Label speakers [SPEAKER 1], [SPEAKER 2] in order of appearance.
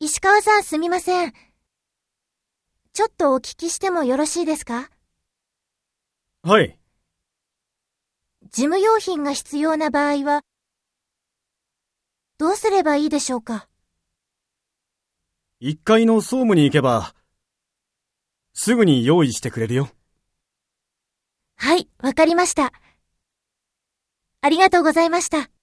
[SPEAKER 1] 石川さんすみません。ちょっとお聞きしてもよろしいですか
[SPEAKER 2] はい。
[SPEAKER 1] 事務用品が必要な場合は、どうすればいいでしょうか
[SPEAKER 2] 1階の総務に行けば、すぐに用意してくれるよ。
[SPEAKER 1] はい、わかりました。ありがとうございました。